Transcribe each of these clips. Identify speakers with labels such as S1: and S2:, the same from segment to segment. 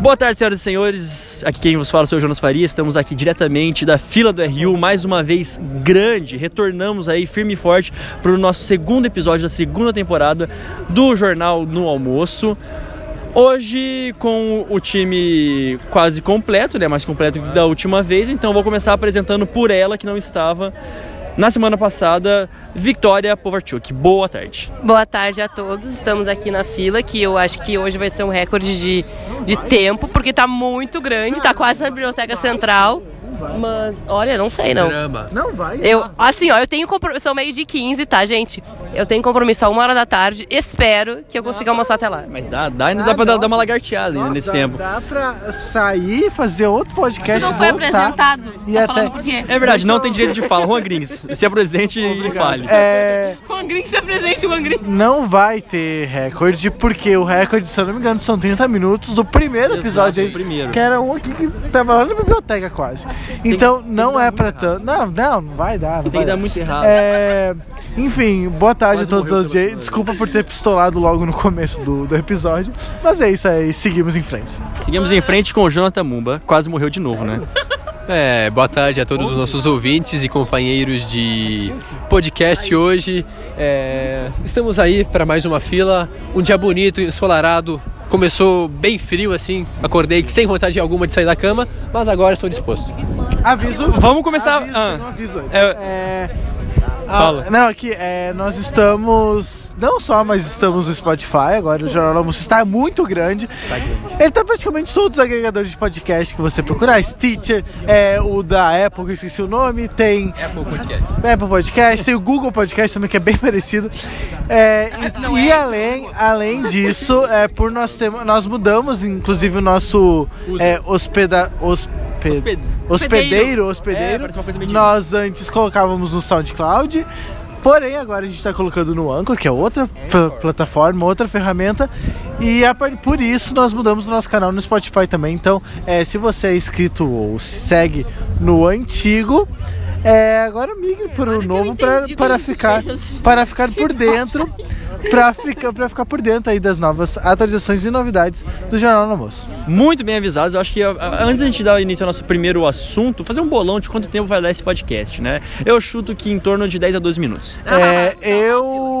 S1: Boa tarde, senhoras e senhores. Aqui quem vos fala é o seu Jonas Faria. Estamos aqui diretamente da fila do RU, mais uma vez grande. Retornamos aí firme e forte para o nosso segundo episódio da segunda temporada do Jornal no Almoço. Hoje com o time quase completo, né? Mais completo que da última vez. Então vou começar apresentando por ela que não estava na semana passada, Vitória Povarchuk. Boa tarde.
S2: Boa tarde a todos. Estamos aqui na fila, que eu acho que hoje vai ser um recorde de, de tempo, porque está muito grande, está quase na biblioteca central. Mas, olha, não sei não.
S3: Drama.
S4: Não vai.
S2: Eu, assim, ó, eu tenho compromisso. São meio de 15, tá, gente? Eu tenho compromisso a uma hora da tarde. Espero que eu consiga almoçar até lá.
S1: Mas dá, dá, ainda dá,
S4: Ah,
S1: pra dar-
S4: nossa.
S1: dar uma lagarteada ainda
S4: Nossa,
S1: nesse tempo.
S4: Dá pra sair, fazer outro podcast.
S5: não foi
S4: voltar.
S5: apresentado.
S4: E
S5: tá
S4: até-
S5: falando por quê?
S1: É verdade, não tem direito de fala. Juan Grings, se apresente e fale.
S4: É,
S5: O Angrim se apresente, o Angrim.
S4: não vai ter recorde, porque o recorde, se eu não me engano, são 30 minutos do primeiro
S1: Exato,
S4: episódio aí.
S1: do primeiro.
S4: Que era um aqui que tava lá na biblioteca quase. Então não é pra tanto. Não, não, não vai dar.
S1: Tem
S4: Não vai
S1: que dar
S4: dar.
S1: muito errado.
S4: É, enfim, boa tarde
S1: Quase
S4: a todos
S1: morreu
S4: os
S1: pela
S4: dias. Desculpa por ter pistolado logo no começo do, do episódio. Mas é isso aí, seguimos em frente.
S1: Seguimos em frente com o Jonathan Mumba. Quase morreu de novo, né?
S3: É, boa tarde a todos os nossos ouvintes e companheiros de podcast hoje. É, estamos aí para mais uma fila. Um dia bonito, ensolarado. Começou bem frio assim. Acordei sem vontade alguma de sair da cama, mas agora estou disposto.
S4: Aviso.
S1: Vamos começar-
S4: Aviso,
S1: ah.
S4: não aviso antes.
S1: É.
S4: É, ah,
S1: Fala.
S4: não, aqui, é, nós estamos. Não só, mas estamos no Spotify. Agora o Jornal do Almoço está muito grande.
S1: Tá
S4: Ele está praticamente em todos os agregadores de podcast que você procurar. Stitcher, é, o da Apple, que eu esqueci o nome. Tem Apple É, Podcast, tem o Google Podcast também, que é bem parecido. É, e e além, além disso, é, por nós, ter, nós mudamos, inclusive, o nosso é, hospeda, hospe-
S1: Hosped-
S4: hospedeiro.
S1: É,
S4: hospedeiro.
S1: parece uma coisa meio de-
S4: nós antes colocávamos no SoundCloud. Porém, agora a gente está colocando no Anchor, que é outra pla- plataforma, outra ferramenta. E a par- por isso nós mudamos o nosso canal no Spotify também. Então, é, se você é inscrito ou segue no antigo, é, agora migre para o novo pra-
S5: entendi
S4: para
S5: como isso
S4: ficar,
S5: fez.
S4: para ficar por dentro. Para ficar, pra ficar por dentro aí das novas atualizações e novidades do Jornal do Almoço.
S1: Muito bem avisados. Eu acho que a- a- antes da gente dar início ao nosso primeiro assunto, fazer um bolão de quanto tempo vai dar esse podcast, né? Eu chuto que em torno de 10 a 12 minutos.
S4: É, eu.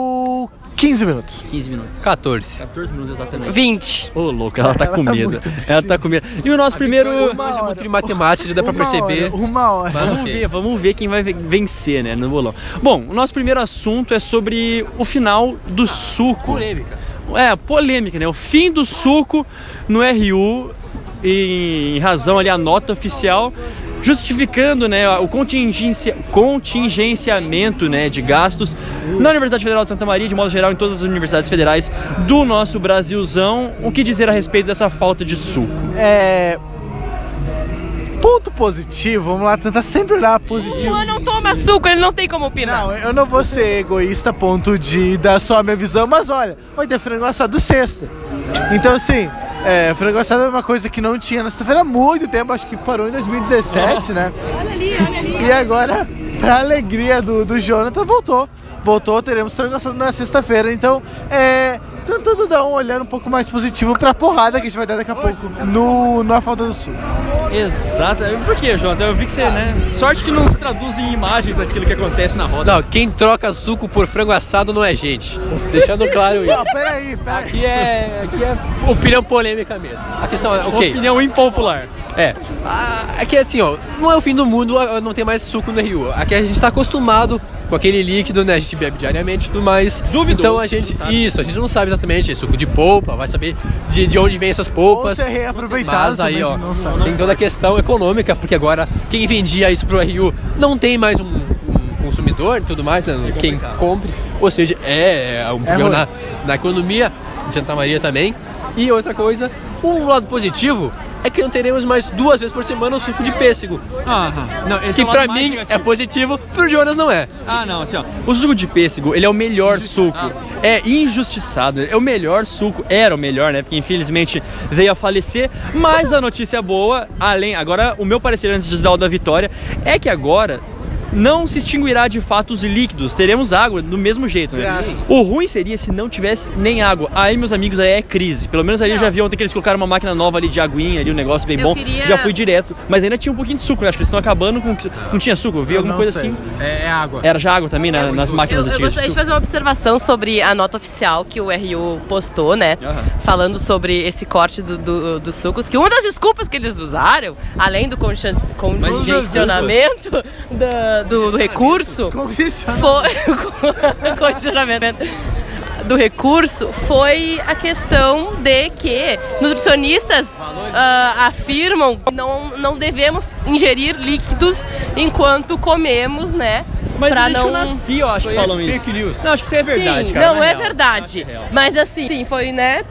S4: 15 minutos.
S1: 15 minutos.
S3: 14.
S1: 14 minutos exatamente.
S2: 20.
S1: Ô, louco, ela tá com medo. Ela tá com medo. E o nosso primeiro.
S3: Hoje é muito de matemática, já dá pra
S4: Uma
S3: perceber.
S4: hora, uma hora.
S3: Mas
S1: Vamos
S3: ok.
S1: ver, vamos ver quem vai ven- vencer, né, no bolão. Bom, o nosso primeiro assunto é sobre o final do suco.
S3: Polêmica.
S1: É, polêmica, né? O fim do suco no RU, em razão ali a nota oficial, justificando né, o contingência, contingenciamento né, de gastos na Universidade Federal de Santa Maria, de modo geral, em todas as universidades federais do nosso Brasilzão. O que dizer a respeito dessa falta de suco?
S4: É. Ponto positivo, vamos lá tentar sempre olhar
S5: O
S4: positivo.
S5: Luan não toma suco, ele não tem como opinar.
S4: Não, eu não vou ser egoísta a ponto de dar só a minha visão, mas olha, vai ter frango assado sexta. Então, assim, é, frango assado é uma coisa que não tinha na sexta-feira há muito tempo, acho que parou em 2017, né?
S5: Olha ali, olha ali.
S4: E agora, pra alegria do, do Jonathan, voltou. Voltou, teremos frango assado na sexta-feira. Então, é. Tentando dar um olhar um pouco mais positivo pra porrada que a gente vai dar daqui a pouco no, no A Falta do Sul.
S1: Exato. Por que, Jota? Eu vi que você, né? Sorte que não se traduz em imagens aquilo que acontece na roda.
S3: Não, quem troca suco por frango assado não é gente. Deixando claro
S4: Não,
S3: isso.
S4: peraí, peraí.
S3: Aqui é, aqui é opinião polêmica mesmo. A questão é, ok,
S1: Opinião impopular.
S3: É. Ah, é que assim, ó, não é o fim do mundo, ah, não tem mais suco no Rio. Aqui a gente tá acostumado com aquele líquido, né? A gente bebe diariamente e tudo mais.
S1: Duvidoso,
S3: Então a
S1: não
S3: gente.
S1: sabe.
S3: Isso, a gente não sabe exatamente. É suco de polpa, vai saber de, de onde vem essas polpas.
S4: Ou se é reaproveitado
S3: assim, Mas aí,
S4: também, a
S3: ó,
S4: gente não sabe.
S3: tem toda a questão econômica, porque agora quem vendia isso pro Rio não tem mais um. um consumidor e tudo mais, né?
S1: É
S3: quem compre, ou seja, é é um problema
S4: ruim.
S3: na, na economia de Santa Maria também. E outra coisa, um lado positivo é que não teremos mais duas vezes por semana o suco de pêssego.
S1: Ah, não, esse
S3: Que
S1: é o lado
S3: pra
S1: mais
S3: mim
S1: negativo.
S3: é positivo, pro Jonas não é.
S1: Ah, não, assim, ó. O suco de pêssego, ele é o melhor suco. É injustiçado. É o melhor suco. Era o melhor, né? Porque infelizmente veio a falecer. Mas a notícia boa, além. é Agora, o meu parecer antes de dar o da vitória, é que agora. não se extinguirá de fato os líquidos. Teremos água do mesmo jeito, né? O ruim seria se não tivesse nem água. Aí, meus amigos, aí é crise. Pelo menos ali eu já vi ontem que eles colocaram uma máquina nova ali de aguinha, ali um negócio bem
S2: Eu
S1: bom.
S2: queria-
S1: Já fui direto. Mas ainda tinha um pouquinho de suco, né? Acho que eles estão acabando com. Não tinha suco, eu vi alguma
S4: não
S1: coisa
S4: sei.
S1: assim.
S3: É, é água.
S1: Era já água também né? nas
S2: Eu,
S1: máquinas
S2: eu
S1: antigas.
S2: gostaria de fazer uma observação sobre a nota oficial que o RU postou, né? Falando sobre esse corte do- do- dos sucos, que uma das desculpas que eles usaram, além do concha- congestionamento da- do, do recurso,
S3: É,
S2: foi o condicionamento do recurso foi a questão de que nutricionistas ah, afirmam que não, não devemos ingerir líquidos enquanto comemos, né?
S1: Mas
S2: pra
S1: desde que
S2: não...
S1: eu nasci, eu acho que
S3: aí é
S1: falam
S3: fake
S1: isso.
S3: news.
S1: Não, acho que isso aí é verdade,
S2: Sim,
S1: cara.
S2: não,
S1: na
S2: é
S1: real.
S2: verdade.
S1: Acho que é real.
S2: Mas assim, sim, foi, né?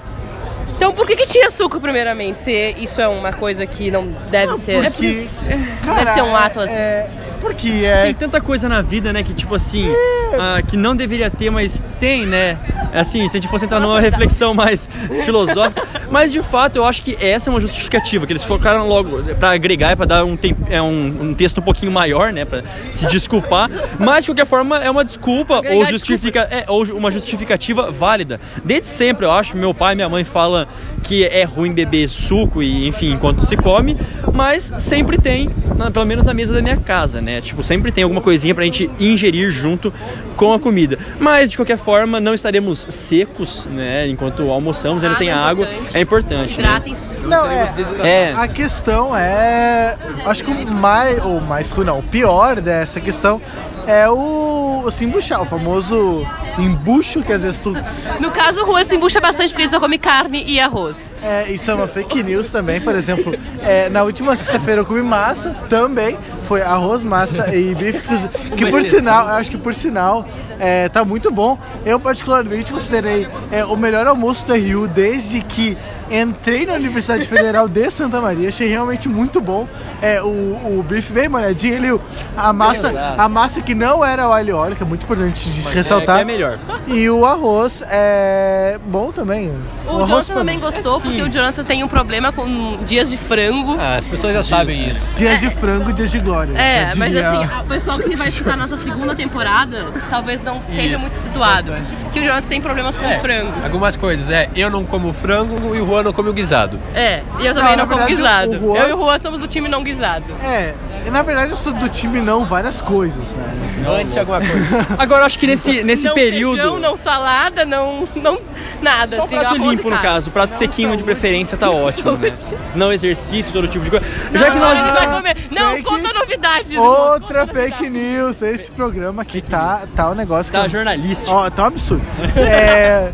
S2: Então por que, que tinha suco primeiramente? Se isso é uma coisa que não deve ser.
S4: é porque-
S2: Deve ser um Atlas.
S4: É, porque
S1: Tem
S4: é.
S1: tanta coisa na vida, né, que tipo assim,
S2: É.
S1: ah, que não deveria ter, mas tem, né? Assim, se a gente fosse entrar numa
S2: tá.
S1: reflexão mais filosófica, mas de fato eu acho que essa é uma justificativa que eles colocaram logo pra agregar e pra dar um, tem- é, um, um texto um pouquinho maior, né, Pra se desculpar. Mas de qualquer forma é uma desculpa ou justifica é, ou ju- uma justificativa válida. Desde sempre eu acho, meu pai e minha mãe falam que é ruim beber suco e enfim, enquanto se come, mas sempre tem, na- pelo menos na mesa da minha casa, né? Tipo, sempre tem alguma coisinha pra gente ingerir junto com a comida. Mas de qualquer forma, não estaremos secos, né? Enquanto almoçamos, ainda
S2: Ah,
S1: tem
S2: não é
S1: água.
S2: importante.
S1: É importante. Né?
S2: Hidratem-se.
S4: Não, é,
S1: É.
S4: A questão é. Acho que o mais. Ou mais ruim, não. O pior dessa questão é o. Assim, embuchar, o famoso embucho que às vezes tu.
S2: No caso, rua se embucha bastante porque eles só comem carne e arroz.
S4: É, isso é uma fake news também, por exemplo. é, na última sexta-feira eu comi massa também. Foi arroz, massa e bife cozido. Que por sinal, eu acho que por sinal, é, tá muito bom. Eu particularmente considerei é, o melhor almoço do Rio desde que entrei na Universidade Federal de Santa Maria. Achei realmente muito bom. É, o, o bife bem molhadinho, ele, o- a massa, a massa que não era o alho e óleo, que é muito importante de se ressaltar.
S1: É, é melhor.
S4: E o arroz é bom também.
S2: O
S4: arroz
S2: Jonathan
S4: pra
S2: também
S4: mim.
S2: gostou, porque o Jonathan tem um problema com dias de frango.
S3: Ah, as pessoas já sabem
S1: é.
S3: isso.
S4: Dias de frango, dias de glória.
S2: É,
S4: já
S2: mas
S4: diria.
S2: assim, o pessoal que vai escutar nossa segunda temporada talvez não esteja muito situado. Que o Jonathan tem problemas com frangos.
S3: Algumas coisas, é, eu não como frango e o Juan não come o guisado.
S2: É, e eu também não,
S4: Não, na
S2: como
S4: verdade,
S2: guisado.
S4: o Juan-
S2: Eu e o Juan somos do time não guisado.
S4: É, na verdade eu sou do time não várias coisas, né?
S3: Antes alguma coisa.
S1: Agora eu acho que nesse, nesse
S2: não
S1: período.
S2: feijão, não salada, não, não nada.
S1: Só
S2: assim,
S1: prato
S2: arroz e
S1: limpo, no
S2: carne.
S1: caso. Prato sequinho, de preferência, tá ótimo, né? Não exercício, todo tipo de coisa. Já
S2: Não,
S1: que nós...
S2: Ah, ele vai comer. Não,
S4: fake-
S2: conta a novidade. Juan, conta
S4: Outra
S2: a novidade.
S4: fake news. Esse programa aqui tá, tá um negócio que.
S1: Tá
S4: eu-
S1: jornalístico.
S4: Ó, tá um absurdo. É.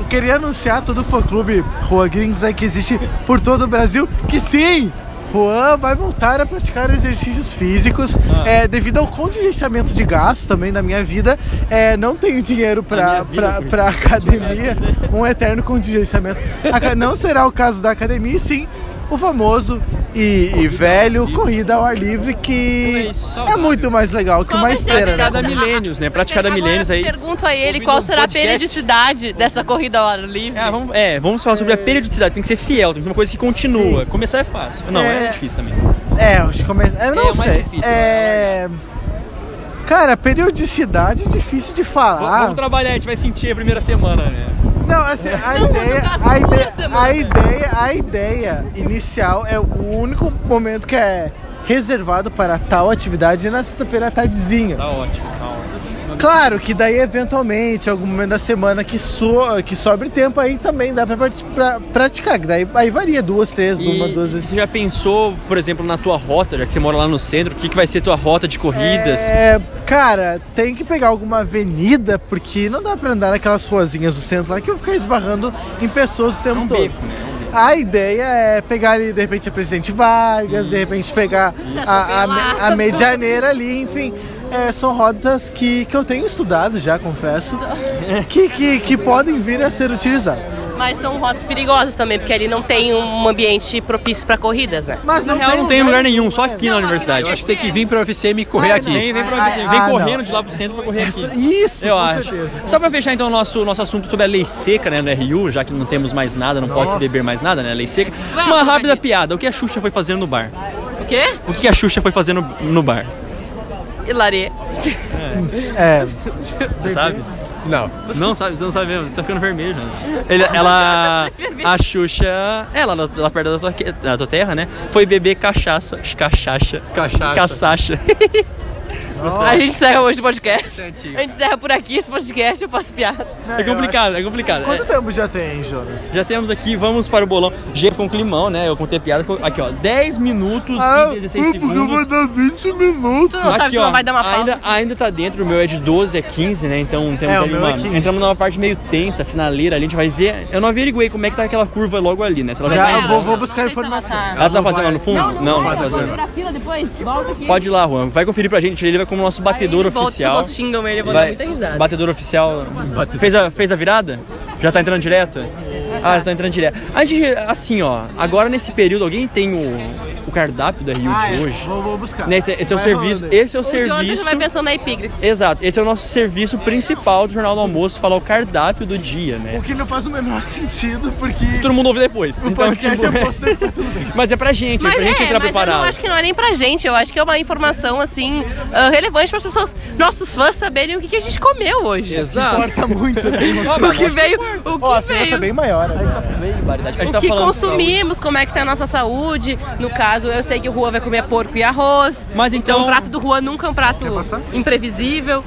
S4: eu Queria anunciar todo o fã clube Juan Grings aí que existe por todo o Brasil que sim! Juan vai voltar a praticar exercícios físicos
S1: Ah.
S4: é, devido ao contingenciamento de gastos também na minha vida. É, não tenho dinheiro
S1: minha
S4: pra,
S1: vida,
S4: pra,
S1: por
S4: pra academia, um eterno contingenciamento. Aca- Não será o caso da academia, e sim o famoso e, e velho corrida ao ar livre que é muito mais legal que
S2: Qual
S4: uma
S2: vai ser a
S4: esteira. né?
S1: Praticada
S2: Nossa,
S1: milênios, né? Praticada
S2: Agora
S1: milênios aí.
S2: Pergunto a ele
S1: Ouvindo
S2: qual
S1: um
S2: será a
S1: podcast.
S2: periodicidade dessa corrida ao ar livre.
S1: Ah, vamos, é, vamos falar sobre a periodicidade. Tem que ser fiel, tem que ser uma coisa que continua. Começar é fácil. Não, é,
S4: É.
S1: difícil também.
S4: É, acho que começa. Eu
S1: É,
S4: não
S1: o mais
S4: sei.
S1: difícil,
S4: é. Cara, periodicidade é difícil de
S1: V-
S4: falar.
S1: Vamos trabalhar, a gente vai sentir a primeira semana, né?
S4: Não, assim, a ideia,
S2: caso,
S4: a
S2: toda
S4: ideia,
S2: semana.
S4: a ideia, a ideia inicial é o único momento que é reservado para tal atividade é na sexta-feira à tardezinha.
S1: Tá ótimo, tá ótimo.
S4: Claro que daí eventualmente, algum momento da semana que so, que sobre tempo aí também dá para praticar, que daí aí varia duas, três, uma,
S1: E
S4: duas assim. vezes.
S1: Você já pensou, por exemplo, na tua rota, já que você mora lá no centro, o que, que vai ser tua rota de corridas?
S4: É, cara, tem que pegar alguma avenida, porque não dá pra andar naquelas ruazinhas do centro lá que eu vou ficar esbarrando em pessoas o
S1: É
S4: tempo todo.
S1: beco,
S4: A ideia é pegar ali, de repente, a Presidente Vargas, de repente pegar a, a, me- a Medianeira ali, enfim. É, são rotas que, que eu tenho estudado já, confesso, que, que, que podem vir a ser utilizadas.
S2: Mas são rotas perigosas também, porque ali não tem um ambiente propício para corridas, né?
S4: Mas
S1: Na real, não tem lugar nenhum, né? só aqui na
S2: Não, aqui na
S1: universidade.
S3: Eu acho que tem que vir pra UFCM e correr
S4: Ah,
S1: Vem,
S3: aqui.
S1: vem, pra
S4: Ah,
S1: você.
S4: ah,
S1: vem
S4: ah,
S1: correndo
S4: não.
S1: de lá pro centro pra correr
S4: Essa-
S1: aqui.
S4: Isso,
S1: Eu
S4: com
S1: acho.
S4: certeza.
S1: Só pra fechar então o nosso, nosso assunto sobre a lei seca, né, no RU, já que não temos mais nada, não pode se
S4: Nossa.
S1: beber mais nada, né, lei seca.
S2: Vamos,
S1: Uma rápida
S2: Gabi.
S1: piada, o que a Xuxa foi fazer no bar?
S2: O quê?
S1: O que a Xuxa foi fazer no, no bar?
S2: e larê.
S4: É,
S1: Você sabe?
S3: Não.
S1: Não sabe, você não sabe mesmo, você tá ficando vermelho. né? Ele- ela. A Xuxa. Ela, lá, lá perto da tua, que- da tua terra, né? Foi beber cachaça. Cachaça.
S3: Cachaça.
S1: Caçacha.
S2: A gente encerra hoje o podcast.
S3: é antigo.
S2: A gente encerra por aqui esse podcast, eu passo piada.
S1: É complicado, é complicado.
S4: Quanto
S1: É,
S4: tempo já tem, Jonas?
S1: já temos aqui, vamos para o bolão. Gente, com climão, né? Eu contei piada. com- Aqui, ó. 10 minutos
S4: Ah,
S1: e 16 segundos.
S4: dar 20 minutos.
S2: Tu não sabe
S1: Aqui,
S2: se
S1: ó,
S2: não vai dar uma pausa.
S1: ainda, ainda tá dentro, o meu é de 12 a 15, né? Então temos
S4: É, o
S1: ali
S4: meu
S1: uma.
S4: é 15.
S1: entramos numa parte meio tensa, finaleira ali, a gente vai ver. Eu não averiguei como é que tá aquela curva logo ali, né? Se ela já,
S4: Já,
S1: tá-
S4: eu vou, vou
S5: Não
S4: buscar
S5: sei se ela
S4: informação.
S5: tá-
S1: Ela tá
S3: Ela
S1: fazendo lá no
S3: vai-
S1: fundo?
S5: Não, não,
S1: tá
S5: vai, pode
S1: fazendo.
S5: virar a fila depois. Volta aqui.
S1: Pode ir lá, Juan. Vai conferir pra gente, ele vai como nosso batedor
S2: Volta, as
S1: oficial.
S2: pessoas xingam ele, eu vou dar um
S1: Vai,
S2: muita risada.
S1: batedor oficial. Fez a, fez a virada? Já tá entrando direto? Ah, já tá entrando direto. A gente, assim, ó, agora nesse período, alguém tem o, o cardápio da Rio
S4: Ah, é.
S1: de hoje?
S4: Vou, vou buscar.
S1: Né, Esse, esse é o
S4: Vai
S1: serviço.
S4: rolando aí.
S1: Esse é o,
S2: O Jonathan
S1: serviço.
S2: já vai pensando na epígrafe.
S1: Exato, esse é o nosso serviço principal do Jornal do Almoço, falar o cardápio do dia, né?
S4: O que não faz o menor sentido, porque
S1: Todo mundo ouve depois. Então, tipo,
S4: o podcast é postado pra todo mundo.
S1: mas é pra gente, é pra gente entrar
S2: mas eu
S1: preparado.
S2: não acho que não é nem pra gente. Eu acho que é uma informação, assim, ah, relevante para as pessoas, nossos fãs, saberem o que, que a gente comeu hoje.
S1: Exato.
S4: Importa muito. né?
S2: O que veio, o que
S4: Ó, a fila
S2: veio,
S4: tá bem maior. né?
S1: A gente
S2: o
S1: tá
S2: que
S1: falando de saúde.
S2: consumimos, como é que tá a nossa saúde. No caso, eu sei que o Juan vai comer porco e arroz.
S1: Mas então-
S2: o prato do Juan nunca é um prato
S4: passar?
S2: imprevisível.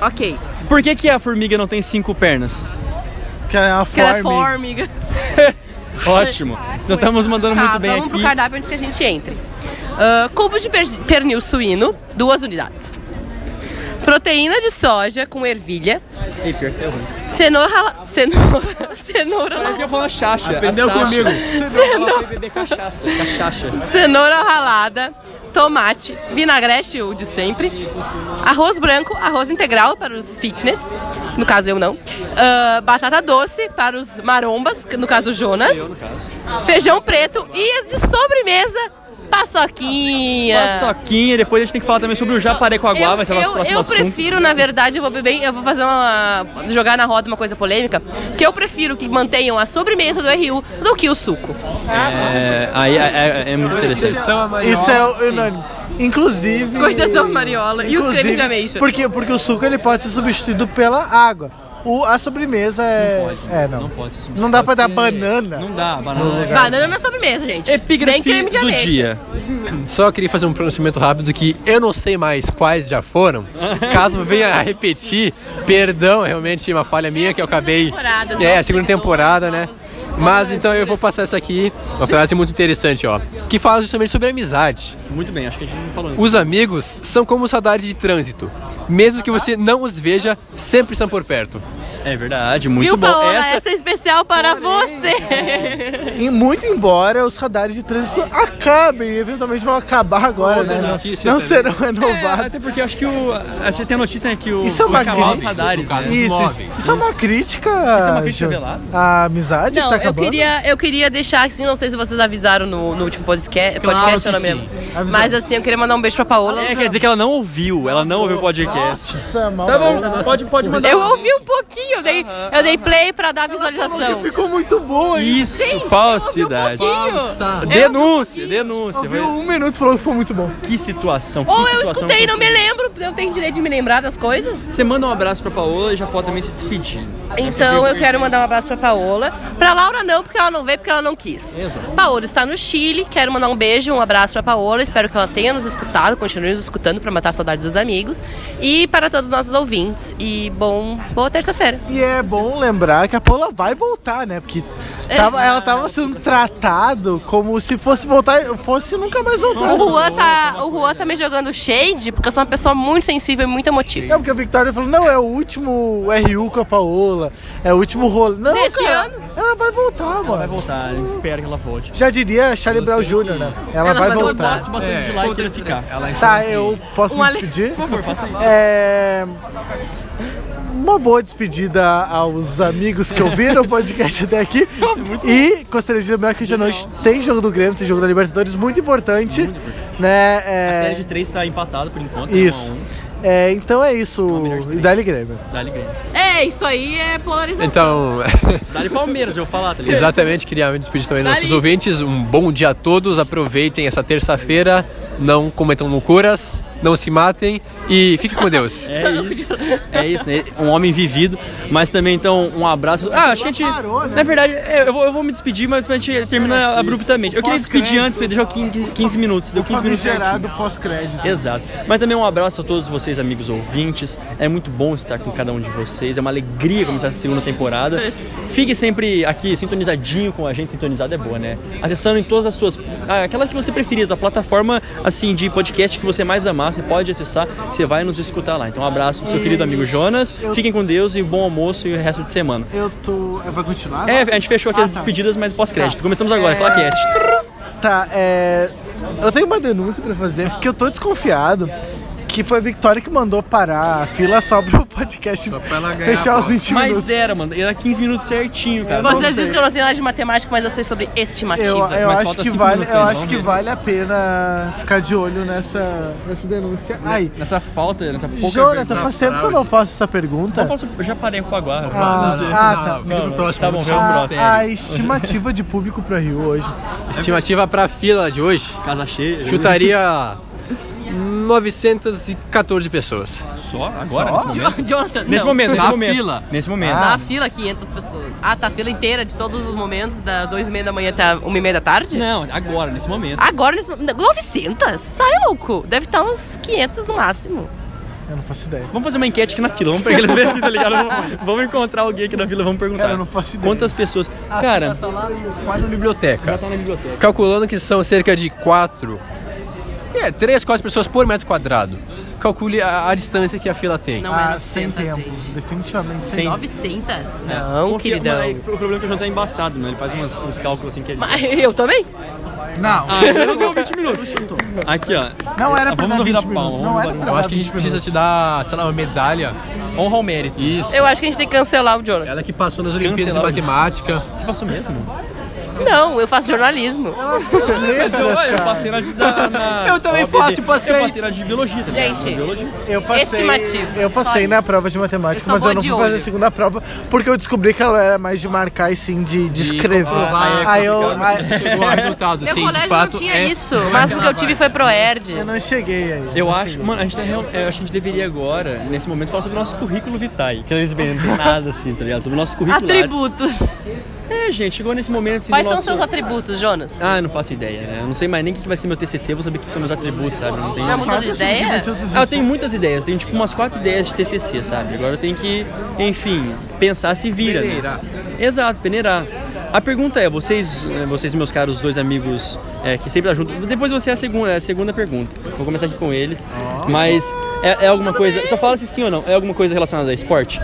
S2: Ok.
S1: Por que, que a formiga não tem cinco pernas?
S4: Que é uma
S2: Que ela é
S4: forma.
S2: formiga.
S1: Ótimo. Então estamos mandando
S2: Tá,
S1: muito bem
S2: vamos pro
S1: aqui.
S2: cardápio antes que a gente entre. Ah, cubos de per- pernil suíno, duas unidades. Proteína de soja com ervilha.
S1: Ei, pior que isso é ruim.
S2: Cenoura. la- Cenoura. Cenoura.
S1: Mas
S2: la-
S1: eu falo a Xaxa.
S3: Aprendeu
S1: a Sasha.
S3: comigo.
S1: Você não vai beber cachaça. Cachaça.
S2: Cenoura ralada. Tomate, vinagrete, o de sempre. Arroz branco, arroz integral para os fitness, no caso eu não. Ah, batata doce para os marombas, que no caso o Jonas. Feijão preto e de sobremesa, paçoquinha.
S1: Paçoquinha, depois a gente tem que falar também sobre o japaré com aguá, vai ser nosso
S2: é. eu,
S1: próximo
S2: eu
S1: assunto.
S2: prefiro, na verdade, eu vou beber, eu vou fazer uma. jogar na roda uma coisa polêmica, que eu prefiro que mantenham a sobremesa do RU do que o suco.
S1: É, aí é, é- é muito interessante.
S3: Exceção a maior.
S4: Isso é o- unânime. Inclusive.
S2: Com exceção da mariola e os
S4: inclusive,
S2: cremes de ameixa.
S4: Porque, porque o suco ele pode ser substituído pela água. O, a sobremesa é. é, não. Não,
S1: pode ser substituído.
S4: dá pra dar
S3: ser-
S4: banana.
S1: Não dá, banana.
S2: Banana na sobremesa, gente. Nem
S1: Tá. Epígrafe
S2: creme de
S1: do
S2: ameixa.
S1: dia.
S3: Só queria fazer um pronunciamento rápido que eu não sei mais quais já foram. Caso venha a repetir, perdão, realmente uma falha minha que eu acabei.
S2: temporada,
S3: É, a
S2: novos
S3: segunda temporada, né? Mas então eu vou passar essa aqui, uma frase muito interessante, ó, que fala justamente sobre amizade.
S1: Muito bem, acho que a gente não falou antes.
S3: Os amigos são como os radares de trânsito. Mesmo que você não os veja, sempre estão por perto.
S1: É verdade, muito
S2: Viu,
S1: bom.
S2: Paola? Essa...
S1: Essa- Tipo,
S2: é especial para você.
S4: E muito embora os radares de trânsito acabem, eventualmente vão acabar agora,
S3: Outra
S4: né? Não,
S3: notícia
S4: não serão
S3: também.
S1: É,
S4: renovados.
S1: até porque eu acho que o. A gente tem a notícia né, que o.
S4: Isso é
S1: os
S4: uma
S1: cavalos
S4: crítica.
S1: radares, né?
S3: Cara,
S4: Isso, isso,
S3: móveis.
S4: isso é uma crítica. Isso
S1: é uma crítica velada?
S4: A amizade que
S2: Não,
S4: tá
S2: eu,
S4: acabando.
S2: queria, eu queria deixar, assim, não sei se vocês avisaram no, no último podcast, podcast eu não me
S3: sim.
S2: lembro.
S4: Avisamos.
S2: Mas assim, eu queria mandar um beijo pra Paola.
S1: É, quer dizer que ela não ouviu, ela não ouviu o podcast.
S4: Nossa, mal.
S1: Tá bom, pode, pode mandar.
S2: Eu ouvi um pouquinho, eu dei, eu dei play pra dar visualização.
S4: Ficou muito bom, hein?
S1: Isso, falsidade.
S2: Eu ouvi um pouquinho.
S1: Denúncia,
S2: Eu-
S1: denúncia.
S4: Viu
S1: Vai-
S4: um minuto e falou que foi muito bom.
S1: Que situação, que
S2: Ou eu
S1: situação.
S2: escutei e não me
S1: constrangedora.
S2: lembro, eu tenho direito de me lembrar das coisas.
S1: Você manda um abraço pra Paola e já pode também se despedir.
S2: Então eu quero mandar um abraço pra Paola. Pra Laura não, porque ela não veio, porque ela não quis.
S1: Exato.
S2: Paola está no Chile, quero mandar um beijo, um abraço pra Paola. Espero que ela tenha nos escutado, continue nos escutando pra matar a saudade dos amigos. E para todos os nossos ouvintes. E bom, boa terça-feira.
S4: E é bom lembrar que a Paula vai voltar, né? Porque tava- ela tava sendo tratado como se fosse voltar, fosse nunca mais voltar.
S2: O Juan, tá, o Juan tá me jogando shade, porque eu sou uma pessoa muito sensível e muito emotiva.
S4: É porque a Victoria falou, não, é o último RU com a Paola, é o último rolo. Não,
S2: Desse
S4: cara,
S2: ano?
S4: ela vai voltar, mano.
S1: voltar, espero que ela volte.
S4: Já diria Charlie Brown Jr., né? Ela, vai, voltar.
S1: Gosto bastante
S3: É.
S1: de lá e quero ficar.
S3: Ela
S4: Tá, eu posso
S2: Um
S4: me
S2: ale-
S4: despedir?
S1: Por favor, faça isso.
S4: É... Uma boa despedida aos amigos que ouviram o podcast até aqui. E gostaria de lembrar que hoje à noite tem jogo do Grêmio, tem jogo da Libertadores, muito importante. Né? É...
S1: A série de três tá empatada por enquanto.
S4: Isso. É, então é isso.
S1: melhor de três.
S4: Dali Grêmio.
S1: um, Dá-lhe Grêmio.
S2: É, isso aí é polarização.
S3: Então,
S1: Dá-lhe Palmeiras, eu vou falar, tá ligado?
S3: exatamente, queria me despedir também dos nossos
S2: Dali.
S3: ouvintes. Um bom dia a todos, aproveitem essa terça-feira, não cometam loucuras não se matem e fiquem com Deus.
S1: É isso. É isso, né? Um homem vivido. Mas também, então, um abraço. Ah, acho que a gente.
S4: Parou, né? É,
S1: Na verdade, é, eu, vou, eu vou me despedir, mas a gente termina abruptamente. Eu queria despedir antes, porque deixou 15, 15 minutos. Deu 15 minutos. certinho.
S4: Gerado pós-crédito.
S1: Exato. Mas também um abraço a todos vocês, amigos ouvintes. É muito bom estar com cada um de vocês. É uma alegria começar essa segunda temporada. Fique sempre aqui sintonizadinho com a gente. Sintonizado é boa, né? Acessando em todas as suas. ah, Aquela que você preferir, da plataforma assim de podcast que você mais amar. Você pode acessar, você vai nos escutar lá. Então, um abraço pro seu querido amigo Jonas. Fiquem com Deus e um bom almoço e o resto de semana.
S4: Eu tô. é, Vai continuar?
S1: É, a gente fechou aqui
S4: Ah,
S1: as
S4: tá.
S1: despedidas, mas pós-crédito. Começamos agora, claquete.
S4: Tá, é. Eu tenho uma denúncia pra fazer, porque eu tô desconfiado que foi a Victoria que mandou parar a fila só pro podcast
S3: pra ela ganhar
S4: fechar os
S3: voto.
S4: 20 minutos.
S1: Mas é era, mano. Era 15 minutos certinho, cara.
S4: Não
S2: Vocês
S4: sei.
S2: dizem que eu não sei nada de matemática, mas eu sei sobre estimativa.
S4: Eu, é, eu
S1: mas
S4: acho
S1: falta
S4: que
S1: cinco
S4: vale,
S1: minutos
S4: eu
S1: ainda,
S4: acho
S1: vamos
S4: que
S1: ver.
S4: vale a pena ficar de olho nessa, nessa denúncia. Ai,
S1: Nessa falta, nessa pouca
S4: Jonathan,
S3: na
S4: faz tempo que eu
S3: fraude.
S4: não faço essa pergunta.
S1: Eu faço- Eu já parei com o Aguarra.
S4: Ah, ah, tá.
S3: Fica pro
S1: Não,
S3: próximo.
S1: tá bom,
S3: fica pro
S1: vamos
S4: A-
S1: pro
S3: próximo.
S4: a estimativa de público pra Rio hoje.
S3: Estimativa pra fila de hoje,
S1: Casa cheia.
S3: chutaria 914 pessoas.
S1: Só? Agora? Nesse momento?
S2: Jonathan,
S1: Nesse
S2: não.
S1: momento, nesse
S3: Na
S1: momento.
S3: fila.
S1: Nesse momento.
S4: Ah.
S2: Tá a fila 500 pessoas. Ah, tá a fila inteira de todos os momentos, das 8h30 da manhã até 1h30 da tarde?
S1: Não, agora, nesse momento.
S2: Agora, nesse momento- 900? Sai, louco. Deve estar uns 500 no máximo.
S4: Eu não faço ideia.
S1: Vamos fazer uma enquete aqui na fila. Vamos pegar eles verem se tá ligado? Vamos, vamos encontrar alguém aqui na fila, vamos perguntar.
S4: Cara, eu não faço ideia.
S1: Quantas pessoas. Cara,
S3: Quase na biblioteca.
S1: tá na biblioteca.
S3: Calculando que são cerca de 4. É, 3, 4 pessoas por metro quadrado. Calcule a, a distância que a fila tem.
S2: Não é
S4: Ah,
S2: 900,
S4: sem tempo.
S2: gente.
S4: Definitivamente sem
S1: Sem-
S4: tempo.
S2: 900?
S1: Confia-
S2: Não, queridão.
S1: mas aí O problema é que o Jonathan é embaçado, né? Ele faz umas- uns cálculos assim que ele.
S2: Mas eu também.
S4: Não,
S1: Ah, já não deu 20 minutos. Aqui, ó.
S4: não era
S1: Ah,
S4: pra
S1: vamos
S4: dar
S1: ouvir
S4: 20
S1: a
S4: minutos.
S1: palma,
S4: não
S1: vamos
S4: era
S1: ouvir.
S4: pra
S3: Eu
S4: dar
S3: acho que a gente
S4: 20
S3: precisa
S4: minutos.
S3: te dar, sei lá, uma medalha.
S1: Honra ao mérito.
S3: Isso.
S2: Eu acho que a gente tem que cancelar o Jonathan.
S3: Ela que passou nas Olimpíadas de
S1: Cancelar o-
S3: Matemática.
S1: Você passou mesmo?
S2: Não, eu faço jornalismo.
S1: Mas eu, olha, Ah, eu passei na de. da- na-
S3: Eu também
S1: OABB.
S3: faço, passei.
S1: Eu passei na de biologia também.
S2: Gente.
S1: Na biologia.
S4: Eu passei,
S2: Estimativo,
S4: eu passei
S2: só
S4: na
S2: isso.
S4: prova de matemática,
S2: Eu só
S4: mas
S2: vou
S4: eu não
S2: de
S4: fui fazer a
S2: olho.
S4: segunda prova porque eu descobri que ela era mais de marcar e sim de, de escrever.
S3: comprovar, é
S4: aí eu,
S3: complicado, mas
S4: aí-
S3: você chegou ao resultado.
S2: Meu
S3: Sim,
S2: colégio
S3: de fato.
S2: não tinha
S3: é-
S2: isso. O máximo que eu tive foi Proerd.
S4: eu não cheguei aí.
S1: Eu
S4: não
S1: acho,
S4: cheguei.
S1: mano, a gente, tá real- eu acho que a gente deveria agora, nesse momento, falar sobre o nosso currículo vitae. Que eles bem, não tem nada assim, tá ligado? Sobre o nosso currículo
S2: Atributos.
S1: É, gente, chegou nesse momento assim.
S2: Quais
S1: do
S2: são
S1: nosso...
S2: seus atributos, Jonas?
S1: Ah, eu não faço ideia, né? Eu não sei mais nem o que que vai ser meu TCC, eu vou saber o que são meus atributos, sabe? Eu Não tenho.
S2: Já mudou
S4: Sabe
S2: Tá de
S4: sobre o que
S2: ideia?
S4: vai ser o dos
S1: Ah, eu tenho muitas ideias, tenho tipo umas quatro ideias de TCC, sabe? Agora eu tenho que, enfim, pensar se vira. né?
S3: Peneirar.
S1: Exato, peneirar. A pergunta é, vocês, eh, vocês meus caros dois amigos é, que sempre ajudam. Depois você é a segunda, é a segunda pergunta. Vou começar aqui com eles. Mas é, é alguma coisa. Só fala se sim ou não. É alguma coisa relacionada a esporte?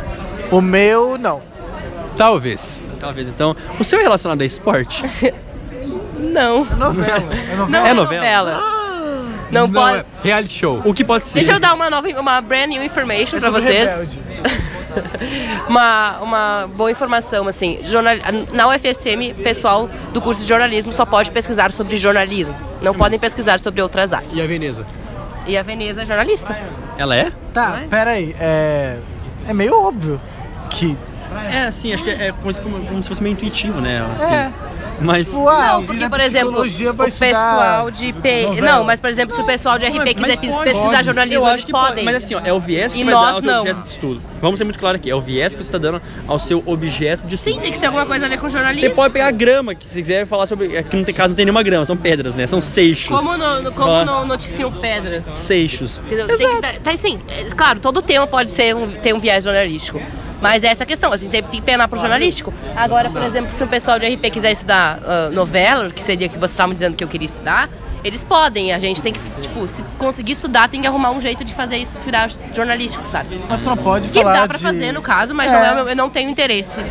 S4: O meu, não.
S3: Talvez.
S1: Talvez então. O seu é relacionado a esporte?
S2: Não.
S4: Novela. É novela.
S2: Não
S1: É
S2: é
S1: novela.
S2: novela. Não, pode.
S3: é reality show.
S1: O que pode ser?
S2: Deixa eu dar uma nova, uma brand new information pra
S4: sobre
S1: tá?
S2: vocês.
S4: Rebelde.
S2: Uma, uma boa informação, assim. Jornal... Na UFSM, pessoal do curso de jornalismo só pode pesquisar sobre jornalismo. Não podem pesquisar sobre outras artes.
S3: E a Veneza?
S2: E a Veneza é jornalista.
S1: Ela é?
S4: Tá, pera aí. É, é meio óbvio que.
S1: É, sim, acho que é, é coisa como, como se fosse meio intuitivo, né? Assim.
S4: É.
S1: Mas.
S4: Uau,
S2: Não, porque, por exemplo,
S4: vai
S2: o
S4: estudar
S2: pessoal de P...
S4: novela.
S2: Não, mas, por exemplo, se o pessoal de RP quiser pes-
S1: pode.
S2: pesquisar jornalismo,
S1: Eu
S2: eles
S1: acho que pode,
S2: podem.
S1: Mas assim, ó, é o viés que
S2: E
S1: você vai dar
S2: nós
S1: ao teu
S2: não.
S1: objeto de estudo. Vamos ser muito claro aqui. É o viés que você está dando ao seu objeto de estudo.
S2: Sim, tem que ser alguma coisa a ver com jornalismo.
S1: Você pode pegar grama, que se quiser falar sobre. Aqui não tem caso, não tem nenhuma grama, são pedras, né? São seixos.
S2: Como, no, no- como
S1: Ah,
S2: no noticiam pedras.
S1: Seixos.
S2: Entendeu? Tem que dar- tá, assim, é, claro, todo tema pode ser um, ter um viés jornalístico. Mas é essa a questão, assim, sempre tem que penar pro jornalístico. Agora, por exemplo, se o pessoal de RP quiser estudar ah, novela, que seria o que você estava me dizendo que eu queria estudar, eles podem. A gente tem que, tipo, se conseguir estudar, tem que arrumar um jeito de fazer isso virar jornalístico, sabe?
S4: Mas tu não pode
S2: Que
S4: falar.
S2: dá pra
S4: de-
S2: fazer, no caso, mas não é o meu- eu não tenho interesse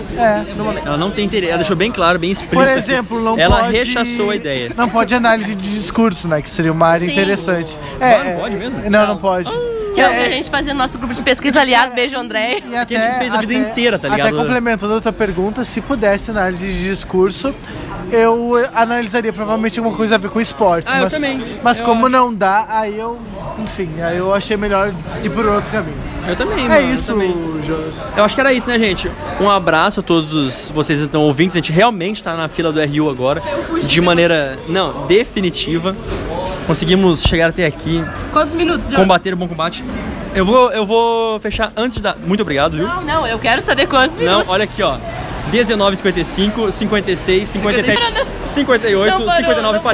S2: no momento.
S1: Ela não tem interesse, ela deixou bem claro, bem explícito.
S4: Por
S1: aqui.
S4: exemplo, não
S1: Ela
S4: pode.
S1: rechaçou a ideia.
S4: Não pode análise de discurso, né? Que seria uma área
S2: Sim.
S4: interessante. É,
S1: Não, não pode mesmo? Ah,
S4: Não, não pode.
S2: Que é o que a gente fazia no nosso grupo de pesquisa, aliás, beijo, André.
S4: E até,
S1: a gente fez a vida inteira, tá ligado?
S4: Até complementando outra pergunta, se pudesse análise de discurso, eu eh, analisaria provavelmente alguma coisa a ver com esporte.
S1: Ah, eu
S4: mas
S1: também.
S4: mas
S1: Eu
S4: como
S1: acho.
S4: não dá, aí eu. Enfim, aí eu achei melhor ir por outro caminho.
S1: Eu também, mano.
S4: É
S1: eu
S4: isso,
S1: também.
S4: Jonas.
S1: Eu acho que era isso, né, gente? Um abraço a todos vocês que estão tá ouvintes. A gente realmente está na fila do RU agora, de maneira, não, definitiva. Conseguimos chegar até aqui,
S2: Quantos minutos, Jonas?
S1: combater o bom combate. Eu vou, eu vou fechar antes da. Muito obrigado, viu?
S2: Não, não, eu quero saber quantos
S1: Não,
S2: minutos.
S1: olha aqui, ó. 19,55, 56, 57, 58,
S2: né? Não parou, não
S1: 59,